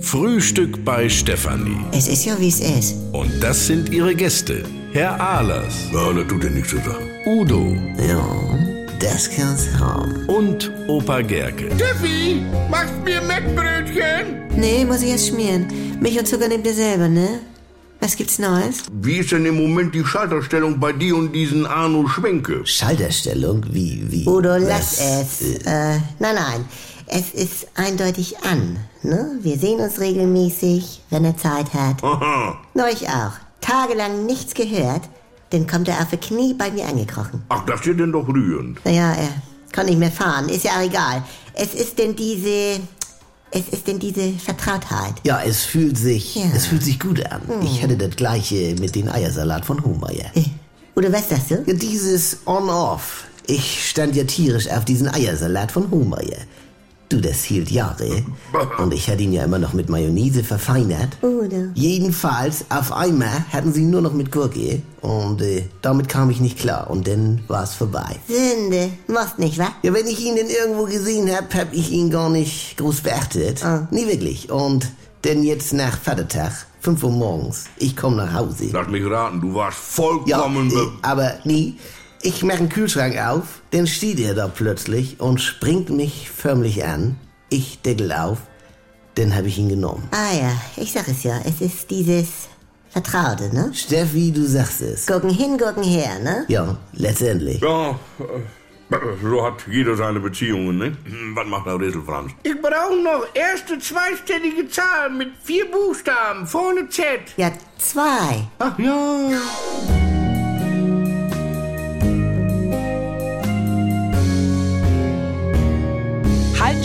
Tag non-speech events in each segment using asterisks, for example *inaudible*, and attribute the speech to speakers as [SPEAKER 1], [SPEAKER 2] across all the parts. [SPEAKER 1] Frühstück bei Stefanie.
[SPEAKER 2] Es ist ja, wie es ist.
[SPEAKER 1] Und das sind ihre Gäste. Herr Ahlers. Ja, das tut er nichts zu sagen. Udo
[SPEAKER 2] Ja, das kann's haben.
[SPEAKER 1] und Opa Gerke.
[SPEAKER 3] Tiffy, machst mir Mettbrötchen?
[SPEAKER 2] Nee, muss ich erst schmieren. Milch und Zucker nehmt ihr selber, ne? Was gibt's Neues?
[SPEAKER 3] Wie ist denn im Moment die Schalterstellung bei dir und diesen Arno Schwenke?
[SPEAKER 4] Schalterstellung? Wie, wie?
[SPEAKER 2] Udo, lass
[SPEAKER 4] Was?
[SPEAKER 2] es. Äh, nein, nein. Es ist eindeutig an, ne? Wir sehen uns regelmäßig, wenn er Zeit hat.
[SPEAKER 3] Aha.
[SPEAKER 2] Neulich auch. Tagelang nichts gehört, dann kommt er auf die Knie bei mir angekrochen.
[SPEAKER 3] Ach, das ist denn doch rührend.
[SPEAKER 2] Naja, er kann nicht mehr fahren, ist ja auch egal. Es ist denn diese, es ist denn diese Vertrautheit.
[SPEAKER 4] Ja, es fühlt sich,
[SPEAKER 2] Ja.
[SPEAKER 4] es fühlt sich gut an. Ich hatte das gleiche mit dem Eiersalat von Hohmeier.
[SPEAKER 2] Udo, was sagst du?
[SPEAKER 4] Ja, dieses On-Off. Ich stand ja tierisch auf diesen Eiersalat von Hohmeier. Du, das hielt Jahre. Und ich hatte ihn ja immer noch mit Mayonnaise verfeinert.
[SPEAKER 2] Udo.
[SPEAKER 4] Jedenfalls, auf einmal hatten sie ihn nur noch mit Gurke. Und äh, damit kam ich nicht klar. Und dann war's vorbei.
[SPEAKER 2] Sünde, musst nicht, wa?
[SPEAKER 4] Ja, wenn ich ihn denn irgendwo gesehen hab, hab ich ihn gar nicht groß beachtet.
[SPEAKER 2] Ah.
[SPEAKER 4] Nie wirklich. Und denn jetzt nach Vatertag, 5 Uhr morgens, ich komm nach Hause.
[SPEAKER 3] Lass mich raten, du warst
[SPEAKER 4] Ja,
[SPEAKER 3] vollkommen
[SPEAKER 4] äh,
[SPEAKER 3] be...
[SPEAKER 4] aber nie. Ich mach einen Kühlschrank auf, dann steht er da plötzlich und springt mich förmlich an. Ich deckel auf, dann hab ich ihn genommen.
[SPEAKER 2] Ah ja, ich sag es ja, es ist dieses Vertraute, ne?
[SPEAKER 4] Steffi, du sagst es.
[SPEAKER 2] Gucken hin, gucken her, ne?
[SPEAKER 4] Ja, letztendlich.
[SPEAKER 3] Ja, äh, so hat jeder seine Beziehungen, ne? Hm, Was macht der Riesel Franz?
[SPEAKER 5] Ich brauche noch erste zweistellige Zahl mit vier Buchstaben, vorne Z.
[SPEAKER 2] Ja, zwei.
[SPEAKER 3] Ach ja.
[SPEAKER 6] Halt,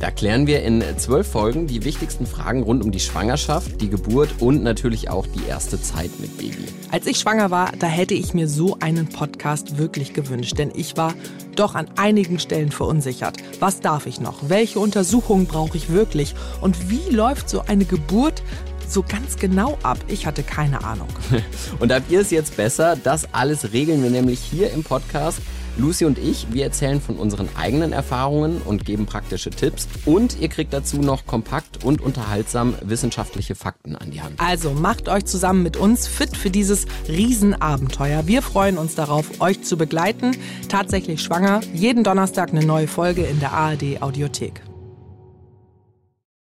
[SPEAKER 7] Da klären wir in zwölf Folgen die wichtigsten Fragen rund um die Schwangerschaft, die Geburt und natürlich auch die erste Zeit mit *laughs* Baby.
[SPEAKER 6] Als ich schwanger war, da hätte ich mir so einen Podcast wirklich gewünscht, denn ich war doch an einigen Stellen verunsichert. Was darf ich noch? Welche Untersuchungen brauche ich wirklich? Und wie läuft so eine Geburt so ganz genau ab? Ich hatte keine Ahnung.
[SPEAKER 7] Und habt ihr es jetzt besser? Das alles regeln wir nämlich hier im Podcast. Lucy und ich, wir erzählen von unseren eigenen Erfahrungen und geben praktische Tipps. Und ihr kriegt dazu noch kompakt und unterhaltsam wissenschaftliche Fakten an die Hand.
[SPEAKER 6] Also macht euch zusammen mit uns fit für dieses Riesenabenteuer. Wir freuen uns darauf, euch zu begleiten. Tatsächlich schwanger. Jeden Donnerstag eine neue Folge in der ARD Audiothek.